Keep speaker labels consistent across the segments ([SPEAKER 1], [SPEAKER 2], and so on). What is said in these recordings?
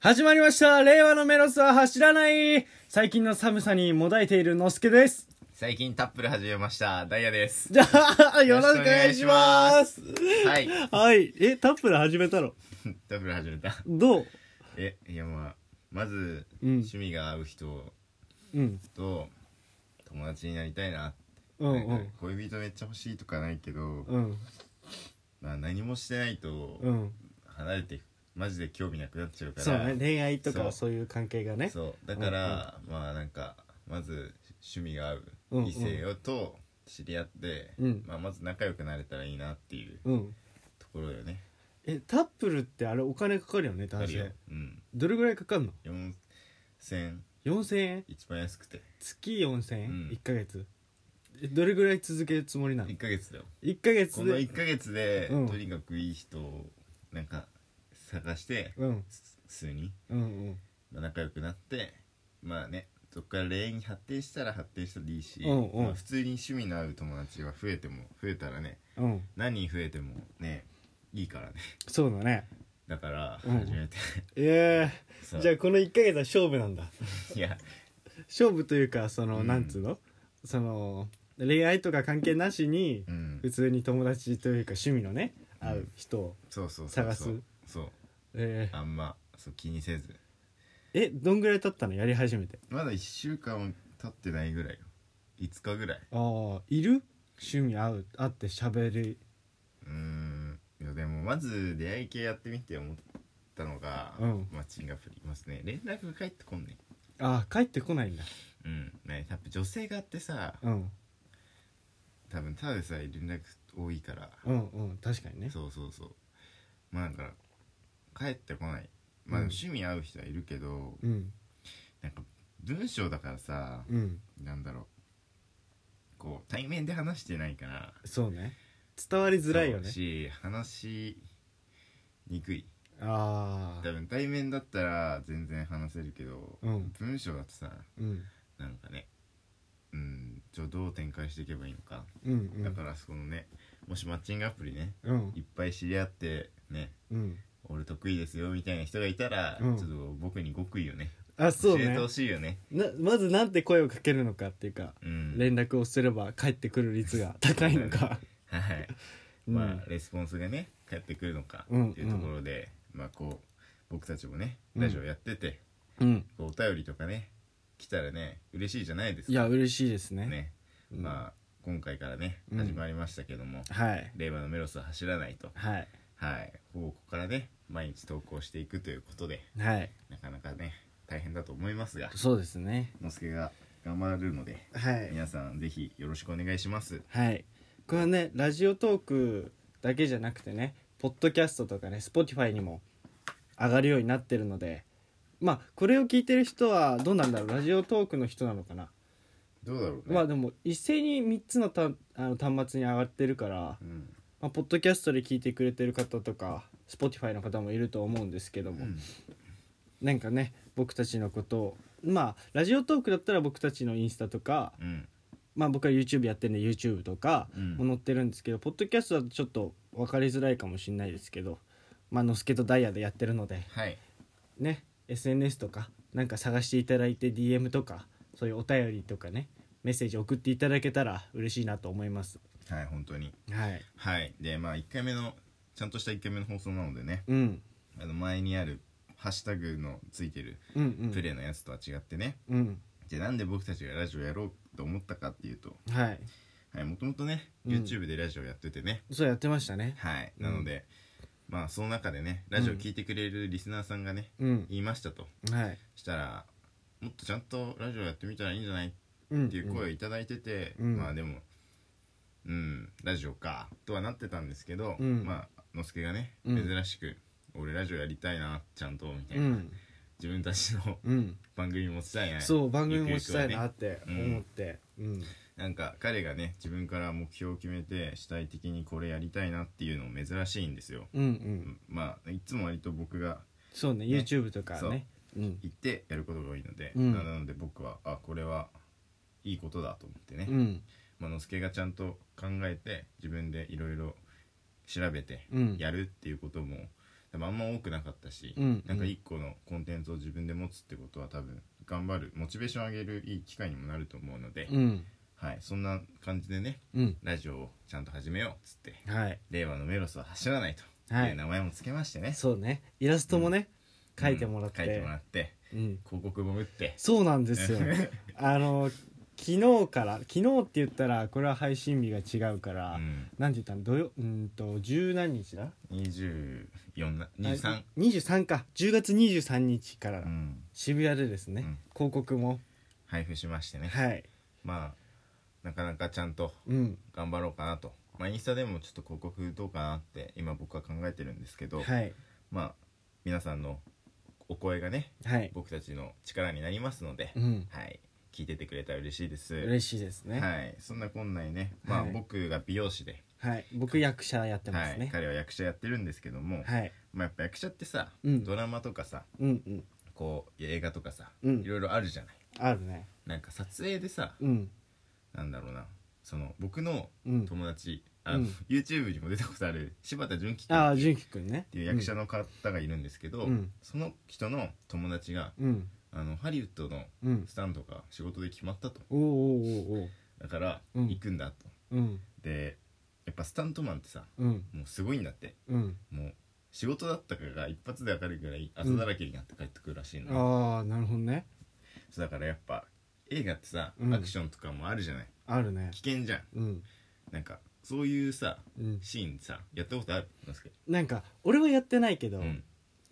[SPEAKER 1] 始まりました令和のメロスは走らない最近の寒さにもだいているのすけです
[SPEAKER 2] 最近タップル始めましたダイヤです
[SPEAKER 1] じゃあ、よろしくお願いします
[SPEAKER 2] はい
[SPEAKER 1] はい、え、タップル始めたの
[SPEAKER 2] タップル始めた
[SPEAKER 1] どう
[SPEAKER 2] えいやまあまず、
[SPEAKER 1] うん
[SPEAKER 2] 趣味が合う人
[SPEAKER 1] うん、
[SPEAKER 2] と友達になりたいな,、
[SPEAKER 1] うん、う
[SPEAKER 2] なん
[SPEAKER 1] ん
[SPEAKER 2] か、恋人めっちゃ欲しいとかないけど、
[SPEAKER 1] うん、
[SPEAKER 2] まあ、何もしてないと
[SPEAKER 1] うん。
[SPEAKER 2] 離れていくマジで興味なくなっちゃうから
[SPEAKER 1] そうね、恋愛とか
[SPEAKER 2] そ
[SPEAKER 1] そういう関係がね。
[SPEAKER 2] そうだから、まあなんかまず趣味が合う
[SPEAKER 1] うんうん
[SPEAKER 2] 異性をと知り合って、
[SPEAKER 1] うん
[SPEAKER 2] まあ、まず仲良くなれたらいいなっていう
[SPEAKER 1] うん。
[SPEAKER 2] ところだよね
[SPEAKER 1] え、タップルってあれお金かかるよね、
[SPEAKER 2] あ
[SPEAKER 1] 男
[SPEAKER 2] るよ
[SPEAKER 1] 性。、
[SPEAKER 2] うん、
[SPEAKER 1] どれぐらいかかるの
[SPEAKER 2] 4000
[SPEAKER 1] ?4000 円
[SPEAKER 2] 一番安くて
[SPEAKER 1] 月4000円、
[SPEAKER 2] うん
[SPEAKER 1] ?1 ヶ月。えどれぐらい続けるつもりなの
[SPEAKER 2] 1ヶ月だよ
[SPEAKER 1] ?1 ヶ
[SPEAKER 2] こ
[SPEAKER 1] 月
[SPEAKER 2] の
[SPEAKER 1] で
[SPEAKER 2] 1。ヶ月で、
[SPEAKER 1] うん
[SPEAKER 2] とにかくいい人をなんか探して
[SPEAKER 1] うん、
[SPEAKER 2] す数人、
[SPEAKER 1] うん、うん。
[SPEAKER 2] まあ、仲良くなってまあねそこから恋愛に発展したら発展したでいいし、
[SPEAKER 1] うんうん
[SPEAKER 2] まあ、普通に趣味の合う友達が増えても増えたらね
[SPEAKER 1] うん、
[SPEAKER 2] 何人増えてもねいいからね
[SPEAKER 1] そうだね。
[SPEAKER 2] だから
[SPEAKER 1] うん
[SPEAKER 2] 始 めて、
[SPEAKER 1] え
[SPEAKER 2] そ
[SPEAKER 1] え
[SPEAKER 2] う
[SPEAKER 1] じゃあこの1ヶ月は勝負なんだ
[SPEAKER 2] いや
[SPEAKER 1] 勝負というかその、
[SPEAKER 2] うん
[SPEAKER 1] なんつうのその恋愛とか関係なしに
[SPEAKER 2] うん
[SPEAKER 1] 普通に友達というか趣味のね会う人を、
[SPEAKER 2] そうそうそうそう
[SPEAKER 1] 探す
[SPEAKER 2] そう
[SPEAKER 1] えー
[SPEAKER 2] あんまそう気にせず
[SPEAKER 1] えどんぐらい経ったのやり始めて
[SPEAKER 2] まだ1週間も経ってないぐらいよ5日ぐらい
[SPEAKER 1] ああいる趣味合う会って喋り
[SPEAKER 2] うーんいやでもまず出会い系やってみて思ったのが、
[SPEAKER 1] うん
[SPEAKER 2] マッチングアプリますね連絡が返ってこんね
[SPEAKER 1] ああ帰ってこないんだ
[SPEAKER 2] うんね多分女性側ってさ
[SPEAKER 1] うん
[SPEAKER 2] 多分ただでさえ連絡多いから、
[SPEAKER 1] うんうん確かにね
[SPEAKER 2] そうそうそうまあだから帰ってこないまあ
[SPEAKER 1] うん
[SPEAKER 2] 趣味合う人はいるけど、
[SPEAKER 1] うん
[SPEAKER 2] なんか文章だからさ、
[SPEAKER 1] うん
[SPEAKER 2] なんだろうこう対面で話してないから
[SPEAKER 1] そうね伝わりづらいよ
[SPEAKER 2] そう
[SPEAKER 1] ね
[SPEAKER 2] し話しにくい
[SPEAKER 1] あ
[SPEAKER 2] 多
[SPEAKER 1] あ
[SPEAKER 2] 分対面だったら全然話せるけど、
[SPEAKER 1] うん
[SPEAKER 2] 文章だとさ
[SPEAKER 1] うん
[SPEAKER 2] なんかねうんちょどう展開していけばいいのか、
[SPEAKER 1] うんう
[SPEAKER 2] だ
[SPEAKER 1] ん
[SPEAKER 2] からそのねもしマッチングアプリね
[SPEAKER 1] うん
[SPEAKER 2] いっぱい知り合ってね
[SPEAKER 1] うん
[SPEAKER 2] 俺得意ですよみたいな人がいたら、
[SPEAKER 1] うん
[SPEAKER 2] ちょっと僕に極意をね
[SPEAKER 1] あそう
[SPEAKER 2] 教え
[SPEAKER 1] ね
[SPEAKER 2] てほしいよね
[SPEAKER 1] なまずなんて声をかけるのかっていうか
[SPEAKER 2] うん
[SPEAKER 1] 連絡をすれば返ってくる率 が高いのか
[SPEAKER 2] はい、
[SPEAKER 1] うん
[SPEAKER 2] まあレスポンスがね返ってくるのか
[SPEAKER 1] うん
[SPEAKER 2] っていうところで、まあこう僕たちもね
[SPEAKER 1] うん
[SPEAKER 2] ラジオやってて、
[SPEAKER 1] うん
[SPEAKER 2] こうお便りとかね来たらね嬉しいじゃないですか
[SPEAKER 1] いや嬉しいですね
[SPEAKER 2] ね、
[SPEAKER 1] うん
[SPEAKER 2] まあ今回からね
[SPEAKER 1] うん
[SPEAKER 2] 始まりましたけども、
[SPEAKER 1] はい
[SPEAKER 2] 令和のメロスは走らないと
[SPEAKER 1] はい
[SPEAKER 2] はいここからね毎日投稿していくということで
[SPEAKER 1] はい
[SPEAKER 2] なかなかね大変だと思いますが
[SPEAKER 1] そうですね
[SPEAKER 2] のすけが頑張るので
[SPEAKER 1] はい
[SPEAKER 2] 皆さんぜひよろしくお願いします
[SPEAKER 1] はいこれはねラジオトークだけじゃなくてねポッドキャストとかね Spotify にも上がるようになってるのでまあこれを聞いてる人はどうなんだろうラジオトークの人なのかな
[SPEAKER 2] どうだろうね、
[SPEAKER 1] まあでも一斉に3つのたあの端末に上がってるから
[SPEAKER 2] うん
[SPEAKER 1] まあ、ポッドキャストで聞いてくれてる方とか Spotify の方もいると思うんですけども、
[SPEAKER 2] うん
[SPEAKER 1] なんかね僕たちのことをまあラジオトークだったら僕たちのインスタとか、
[SPEAKER 2] うん
[SPEAKER 1] まあ、僕は YouTube やってるんで YouTube とか
[SPEAKER 2] うん
[SPEAKER 1] も載ってるんですけど、ポッドキャストだとちょっと分かりづらいかもしれないですけど、まあのすけとダイヤでやってるので
[SPEAKER 2] はい
[SPEAKER 1] ね SNS とかなんか探していただいて DM とかそういうお便りとかねメッセージ送っていただけたら嬉しいなと思います。
[SPEAKER 2] はい本当に
[SPEAKER 1] はい、
[SPEAKER 2] はいでまあ1回目のちゃんとした1回目の放送なのでね
[SPEAKER 1] うん、
[SPEAKER 2] あの前にあるハッシュタグのついてる
[SPEAKER 1] うん
[SPEAKER 2] プレイのやつとは違ってね、
[SPEAKER 1] うんうん
[SPEAKER 2] じゃあなんで僕たちがラジオやろうと思ったかっていうと
[SPEAKER 1] はい
[SPEAKER 2] はいもともとね
[SPEAKER 1] うん
[SPEAKER 2] YouTube でラジオやっててね、
[SPEAKER 1] そうやってましたね
[SPEAKER 2] はいなので、まあその中でねラジオ聞いてくれるリスナーさんがね、
[SPEAKER 1] うん
[SPEAKER 2] 言いましたと
[SPEAKER 1] はい
[SPEAKER 2] したらもっとちゃんとラジオやってみたらいいんじゃない
[SPEAKER 1] うん
[SPEAKER 2] っていう声をいただいてて、
[SPEAKER 1] うん
[SPEAKER 2] まあでもうんラジオかとはなってたんですけど、
[SPEAKER 1] うん
[SPEAKER 2] まあのすけがね、
[SPEAKER 1] うん
[SPEAKER 2] 珍しく「俺ラジオやりたいなちゃんと」みたいうな、
[SPEAKER 1] ん
[SPEAKER 2] 自分たちの
[SPEAKER 1] うん
[SPEAKER 2] 番組持ちたいな
[SPEAKER 1] そう番組もしたい
[SPEAKER 2] ゆくゆ
[SPEAKER 1] な
[SPEAKER 2] くは
[SPEAKER 1] っ
[SPEAKER 2] ね
[SPEAKER 1] て思ってうん
[SPEAKER 2] なんか彼がね自分から目標を決めて主体的にこれやりたいなっていうのも珍しいんですよ、
[SPEAKER 1] うんうん
[SPEAKER 2] まあいつも割と僕が
[SPEAKER 1] そうね
[SPEAKER 2] ね
[SPEAKER 1] YouTube とかねうん
[SPEAKER 2] 行ってやることが多いので、
[SPEAKER 1] うん
[SPEAKER 2] なので僕はあこれはいいことだと思ってね、
[SPEAKER 1] うん
[SPEAKER 2] まあのすけがちゃんと考えて自分でいろいろ調べて
[SPEAKER 1] うん
[SPEAKER 2] やるっていうこともでもあんま多くなかったし、
[SPEAKER 1] うん
[SPEAKER 2] なんか一個のコンテンツを自分で持つってことは多分頑張るモチベーション上げるいい機会にもなると思うので、
[SPEAKER 1] うん
[SPEAKER 2] はい、そんな感じでね
[SPEAKER 1] うん
[SPEAKER 2] ラジオをちゃんと始めようっつって
[SPEAKER 1] はい
[SPEAKER 2] 令和のメロスは走らないと
[SPEAKER 1] はい
[SPEAKER 2] いう名前もつけましてね、
[SPEAKER 1] そうねイラストもね、
[SPEAKER 2] うん
[SPEAKER 1] 書いてもらって,、
[SPEAKER 2] 書いてもらって
[SPEAKER 1] うん、
[SPEAKER 2] 広告も打って
[SPEAKER 1] そうなんですよ あの昨日から昨日って言ったらこれは配信日が違うから、
[SPEAKER 2] うん
[SPEAKER 1] なんて言ったの土曜うんと十何日だ
[SPEAKER 2] 24な23
[SPEAKER 1] あ23か10月23日から、
[SPEAKER 2] うん
[SPEAKER 1] 渋谷でですね、
[SPEAKER 2] うん
[SPEAKER 1] 広告も
[SPEAKER 2] 配布しましてね、
[SPEAKER 1] はい
[SPEAKER 2] まあなかなかちゃんと
[SPEAKER 1] うん
[SPEAKER 2] 頑張ろうかなと、まあ、インスタでもちょっと広告どうかなって今僕は考えてるんですけど、
[SPEAKER 1] はい
[SPEAKER 2] まあ皆さんのお声がね
[SPEAKER 1] はい
[SPEAKER 2] 僕たちの力になりますので、
[SPEAKER 1] うん
[SPEAKER 2] はい、聞いててくれたら嬉しいです
[SPEAKER 1] 嬉しいですねはい、
[SPEAKER 2] はい、そんなこんなにね、まあ
[SPEAKER 1] はい
[SPEAKER 2] 僕が美容師で、
[SPEAKER 1] 僕役者やってま
[SPEAKER 2] は
[SPEAKER 1] す
[SPEAKER 2] い、
[SPEAKER 1] ね
[SPEAKER 2] 彼は役者やってるんですけども、
[SPEAKER 1] はい、
[SPEAKER 2] まあ、やっぱ役者ってさ、
[SPEAKER 1] うん
[SPEAKER 2] ドラマとかさ
[SPEAKER 1] うんうん
[SPEAKER 2] こう映画とかさ、
[SPEAKER 1] うん
[SPEAKER 2] いろいろあるじゃない
[SPEAKER 1] あるね
[SPEAKER 2] なんか撮影でさ、
[SPEAKER 1] うん
[SPEAKER 2] なんだろうなその僕の
[SPEAKER 1] うん
[SPEAKER 2] 友達、あの
[SPEAKER 1] うん
[SPEAKER 2] YouTube にも出たことある柴田純喜君
[SPEAKER 1] あ
[SPEAKER 2] っ
[SPEAKER 1] あ純喜くんね
[SPEAKER 2] ていう役者の方がいるんですけど、
[SPEAKER 1] うん
[SPEAKER 2] その人の友達が
[SPEAKER 1] うん
[SPEAKER 2] あのハリウッドの
[SPEAKER 1] うん
[SPEAKER 2] スタントが仕事で決まったと
[SPEAKER 1] おーおーおーおー
[SPEAKER 2] だから
[SPEAKER 1] うん
[SPEAKER 2] 行くんだと、
[SPEAKER 1] うん
[SPEAKER 2] でやっぱスタントマンってさ
[SPEAKER 1] うん
[SPEAKER 2] もうすごいんだって
[SPEAKER 1] うん
[SPEAKER 2] もう仕事だったかが一発でわかるぐらい朝だらけになって帰ってくるらしいの、
[SPEAKER 1] ああなるほどね
[SPEAKER 2] そうだからやっぱ映画ってさ、
[SPEAKER 1] うん
[SPEAKER 2] アクションとかもあるじゃない
[SPEAKER 1] あるね
[SPEAKER 2] 危険じゃん
[SPEAKER 1] うん
[SPEAKER 2] なんかそういうさ
[SPEAKER 1] うん
[SPEAKER 2] シーンさやったことあるんですけど、
[SPEAKER 1] なんか俺はやってないけど、
[SPEAKER 2] うん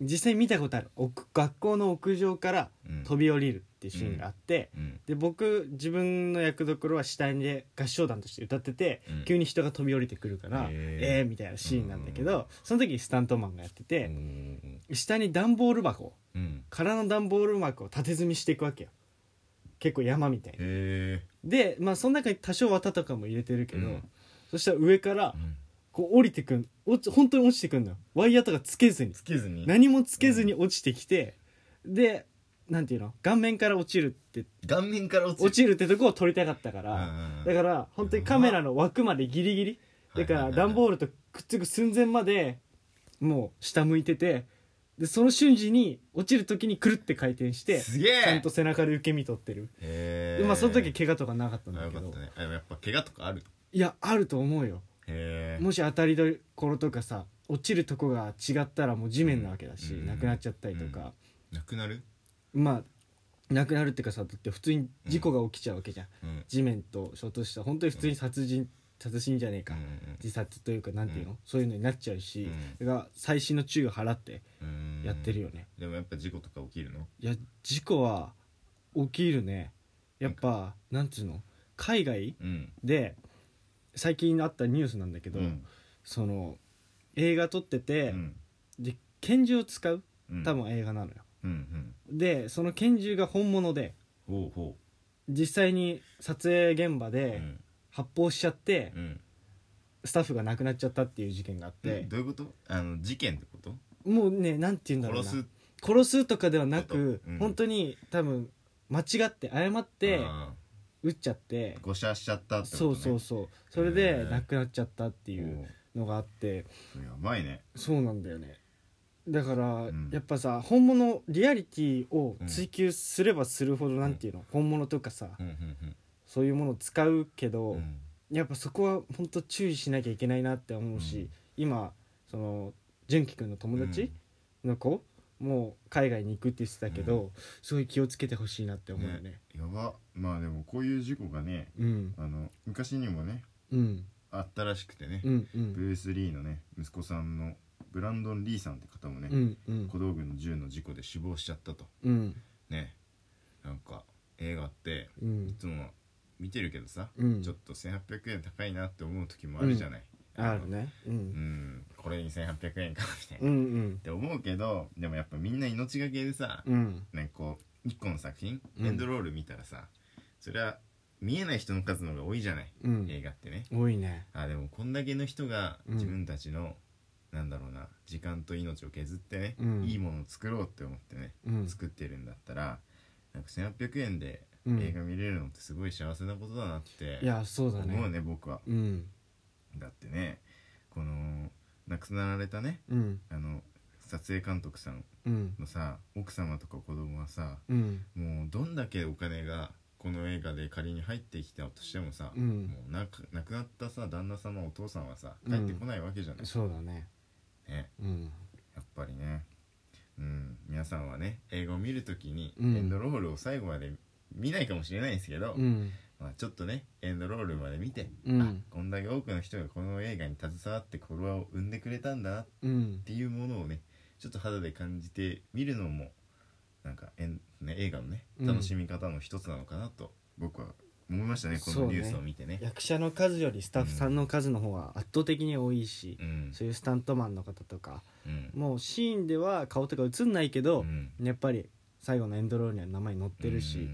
[SPEAKER 1] 実際見たことあるおく学校の屋上から
[SPEAKER 2] うん
[SPEAKER 1] 飛び降りるっていうシーンがあって、
[SPEAKER 2] うん
[SPEAKER 1] で僕自分の役どころは下にで合唱団として歌ってて、
[SPEAKER 2] うん
[SPEAKER 1] 急に人が飛び降りてくるから
[SPEAKER 2] へー
[SPEAKER 1] えー、みたいなシーンなんだけど、
[SPEAKER 2] うん
[SPEAKER 1] その時スタントマンがやって
[SPEAKER 2] う
[SPEAKER 1] て、
[SPEAKER 2] ん
[SPEAKER 1] 下に段ボール箱
[SPEAKER 2] うん
[SPEAKER 1] 空の段ボール箱を縦積みしていくわけよ結構山みたいな
[SPEAKER 2] へえ
[SPEAKER 1] でまあその中に多少綿とかも入れてるけど、
[SPEAKER 2] うん
[SPEAKER 1] そしたら上からこう降りてくん落ち本当に落ちてくんだよワイヤーとかつけずに
[SPEAKER 2] つけずに
[SPEAKER 1] 何もつけずに落ちてきて、でなんていうの顔面から落ちるって
[SPEAKER 2] 顔面から落ちる
[SPEAKER 1] 落ちるってとこを撮りたかったから、だ
[SPEAKER 2] ら
[SPEAKER 1] から本当にカメラの枠までギリギリだから段ボールとくっつく寸前までもう下向いててでその瞬時に落ちる時にくるって回転してち
[SPEAKER 2] すげえ
[SPEAKER 1] ゃんと背中で受け身取ってる、
[SPEAKER 2] へ
[SPEAKER 1] で
[SPEAKER 2] え
[SPEAKER 1] まあその時怪我とかなかったん
[SPEAKER 2] あ
[SPEAKER 1] だ
[SPEAKER 2] よ
[SPEAKER 1] け
[SPEAKER 2] か
[SPEAKER 1] ど、
[SPEAKER 2] ったねあやっぱ怪我とかある
[SPEAKER 1] いやあると思うよ
[SPEAKER 2] へえ
[SPEAKER 1] もし当たりどころとかさ落ちるとこが違ったらもう地面なわけだし、
[SPEAKER 2] うん
[SPEAKER 1] なくなっちゃったりとか、
[SPEAKER 2] なくなる
[SPEAKER 1] まあなくなるっていうかさだって普通に事故が起きちゃうわけじゃん、
[SPEAKER 2] うん
[SPEAKER 1] 地面と衝突した本当に普通に殺人、殺人じゃねえか、
[SPEAKER 2] うん
[SPEAKER 1] 自殺というかなんていうの、
[SPEAKER 2] う
[SPEAKER 1] そういうのになっちゃうし、
[SPEAKER 2] う
[SPEAKER 1] だから細心の注意を払って
[SPEAKER 2] うん
[SPEAKER 1] やってるよね、
[SPEAKER 2] でもやっぱ事故とか起きるの
[SPEAKER 1] いや事故は起きるねやっぱなんていうの海外
[SPEAKER 2] うん
[SPEAKER 1] で最近あったニュースなんだけど、
[SPEAKER 2] うん
[SPEAKER 1] その映画撮ってて、
[SPEAKER 2] うん
[SPEAKER 1] で拳銃を使う
[SPEAKER 2] うん
[SPEAKER 1] 多分映画なのよ、
[SPEAKER 2] うん
[SPEAKER 1] でその拳銃が本物で
[SPEAKER 2] うんほうほ
[SPEAKER 1] 実際に撮影現場
[SPEAKER 2] うう
[SPEAKER 1] で
[SPEAKER 2] ん
[SPEAKER 1] 発砲しちゃって、
[SPEAKER 2] うん
[SPEAKER 1] スタッフが亡くなっちゃったっていう事件があって、
[SPEAKER 2] でどういうことあの事件ってこと
[SPEAKER 1] もうねなんて言うんだろう
[SPEAKER 2] 殺
[SPEAKER 1] な
[SPEAKER 2] す
[SPEAKER 1] 殺すとかではなく、
[SPEAKER 2] うん
[SPEAKER 1] 本当に多分間違って誤って
[SPEAKER 2] あ
[SPEAKER 1] 撃っちゃって
[SPEAKER 2] ー誤射しちゃったってこと
[SPEAKER 1] そう
[SPEAKER 2] ね
[SPEAKER 1] そうそうそれ
[SPEAKER 2] へ
[SPEAKER 1] で
[SPEAKER 2] ー
[SPEAKER 1] 亡くなっちゃったってい
[SPEAKER 2] お
[SPEAKER 1] うのがあって
[SPEAKER 2] うやばいね
[SPEAKER 1] そうなんだよねだから、
[SPEAKER 2] ん
[SPEAKER 1] やっぱさ本物リアリティを追求すればするほど、なんていうの本物とかさ、
[SPEAKER 2] うんうん
[SPEAKER 1] そういうものを使うけ
[SPEAKER 2] う
[SPEAKER 1] ど、
[SPEAKER 2] んうん
[SPEAKER 1] やっぱそこは本当注意しなきゃいけないなって思うし、
[SPEAKER 2] うん
[SPEAKER 1] 今その純喜くんの友達の子、もう海外に行くって言ってたけど、すごい気をつけてほしいなって思うよね。
[SPEAKER 2] やばまあでもこういう事故がね
[SPEAKER 1] うん
[SPEAKER 2] あの昔にもね
[SPEAKER 1] うん
[SPEAKER 2] あったらしくてね、
[SPEAKER 1] うんう
[SPEAKER 2] ブ
[SPEAKER 1] ん
[SPEAKER 2] ルース・リーのね息子さんのブランドン・リーさんって方もね、
[SPEAKER 1] うんうん
[SPEAKER 2] 小道具の銃の事故で死亡しちゃったと
[SPEAKER 1] うん
[SPEAKER 2] ねなんか映画って
[SPEAKER 1] うん
[SPEAKER 2] いつも見てるけどさ、
[SPEAKER 1] うん
[SPEAKER 2] ちょっと1800円高いなって思う時もあるじゃない、
[SPEAKER 1] あるねう
[SPEAKER 2] うんんこれに1800円かみたいな、
[SPEAKER 1] う
[SPEAKER 2] っ
[SPEAKER 1] ん
[SPEAKER 2] て思うけどでもやっぱみんな命がけでさ、
[SPEAKER 1] うんうん
[SPEAKER 2] ねこう一個の作品
[SPEAKER 1] うん
[SPEAKER 2] エンドロール見たらさ、それは見えない人の数の方が多いじゃない、
[SPEAKER 1] うん
[SPEAKER 2] 映画ってね
[SPEAKER 1] 多いね
[SPEAKER 2] あでもこんだけの人が
[SPEAKER 1] うん
[SPEAKER 2] 自分たちの、なんだろうな時間と命を削ってね、
[SPEAKER 1] うん
[SPEAKER 2] いいものを作ろうって思ってね、
[SPEAKER 1] うん
[SPEAKER 2] 作ってるんだったらなんか1800円で
[SPEAKER 1] うん
[SPEAKER 2] 映画見れるのってすごい幸せなことだなって
[SPEAKER 1] いやそうだ
[SPEAKER 2] 思う
[SPEAKER 1] ね
[SPEAKER 2] ね僕は。
[SPEAKER 1] うん
[SPEAKER 2] だってねこの亡くなられたね
[SPEAKER 1] うん
[SPEAKER 2] あの撮影監督さん
[SPEAKER 1] うん
[SPEAKER 2] のさ奥様とか子供はさ
[SPEAKER 1] うん
[SPEAKER 2] もうどんだけお金がこの映画で仮に入ってきたとしてもさ、
[SPEAKER 1] うん
[SPEAKER 2] もうなく亡くなったさ旦那さんのお父さんはさ
[SPEAKER 1] うん
[SPEAKER 2] 帰ってこないわけじゃない、
[SPEAKER 1] そうだね
[SPEAKER 2] ね
[SPEAKER 1] うん
[SPEAKER 2] やっぱりねうん皆さんはね映画を見るときにエ
[SPEAKER 1] うん
[SPEAKER 2] ンドロールを最後まで見ないかもしれないんですけど、
[SPEAKER 1] うん
[SPEAKER 2] まあ、ちょっとねエンドロールまで見て、
[SPEAKER 1] うん
[SPEAKER 2] あこんだけ多くの人がこの映画に携わってこれは生んでくれたんだなっ
[SPEAKER 1] うん
[SPEAKER 2] ていうものをねちょっと肌で感じて見るのもなんかえん、ね、映画のね
[SPEAKER 1] うん
[SPEAKER 2] 楽しみ方の一つなのかなと僕は思いましたね、こ
[SPEAKER 1] そう
[SPEAKER 2] の
[SPEAKER 1] ね
[SPEAKER 2] ニュースを見てね。
[SPEAKER 1] 役者の数よりスタッフさんの数の方が圧倒的に多いし
[SPEAKER 2] う、ん
[SPEAKER 1] そういうスタントマンの方とか
[SPEAKER 2] うん
[SPEAKER 1] もうシーンでは顔とか映んないけど、
[SPEAKER 2] うん
[SPEAKER 1] やっぱり最後のエンドロールには名前載ってるし、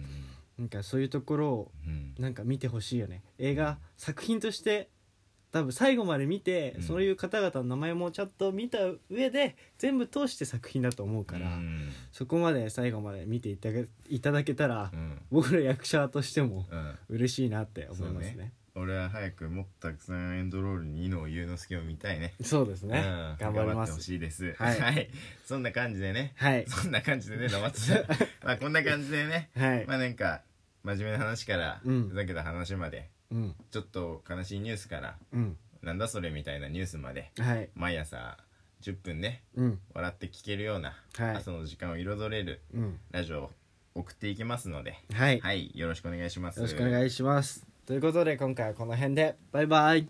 [SPEAKER 1] なんかそういうところを
[SPEAKER 2] うん
[SPEAKER 1] なんか見てほしいよね映画、
[SPEAKER 2] うん
[SPEAKER 1] 作品として多分最後まで見て、
[SPEAKER 2] うん
[SPEAKER 1] そういう方々の名前もちゃんと見た上で全部通して作品だと思うから、
[SPEAKER 2] うん
[SPEAKER 1] そこまで最後まで見ていただけいただけたら、
[SPEAKER 2] うん
[SPEAKER 1] 僕ら役者としても
[SPEAKER 2] うん
[SPEAKER 1] 嬉しいなって思いますね
[SPEAKER 2] 俺は早くもっとたくさんエンドロールに井野祐之介を見たいね。
[SPEAKER 1] そうです
[SPEAKER 2] うん
[SPEAKER 1] ね、頑張り
[SPEAKER 2] 頑張
[SPEAKER 1] ま
[SPEAKER 2] ってほ
[SPEAKER 1] す
[SPEAKER 2] しいです。
[SPEAKER 1] はい
[SPEAKER 2] はい、そんな感じでね。
[SPEAKER 1] はい
[SPEAKER 2] そんな感 じでね、黙ってた。まあこんな感じでね、
[SPEAKER 1] はい、
[SPEAKER 2] まあなんか、真面目な話から、
[SPEAKER 1] うん
[SPEAKER 2] ふざけた話まで、
[SPEAKER 1] うん
[SPEAKER 2] ちょっと悲しいニュースから、
[SPEAKER 1] うん
[SPEAKER 2] なんだそれみたいなニュースまで、
[SPEAKER 1] はい
[SPEAKER 2] 毎朝10分ね、
[SPEAKER 1] うん
[SPEAKER 2] 笑って聞けるような、
[SPEAKER 1] はい
[SPEAKER 2] 朝の時間を彩れる
[SPEAKER 1] うん
[SPEAKER 2] ラジオを送っていきますので、
[SPEAKER 1] はい、
[SPEAKER 2] はい、よろしくお願いします。
[SPEAKER 1] よろしくお願いしますということで今回はこの辺でバイバイ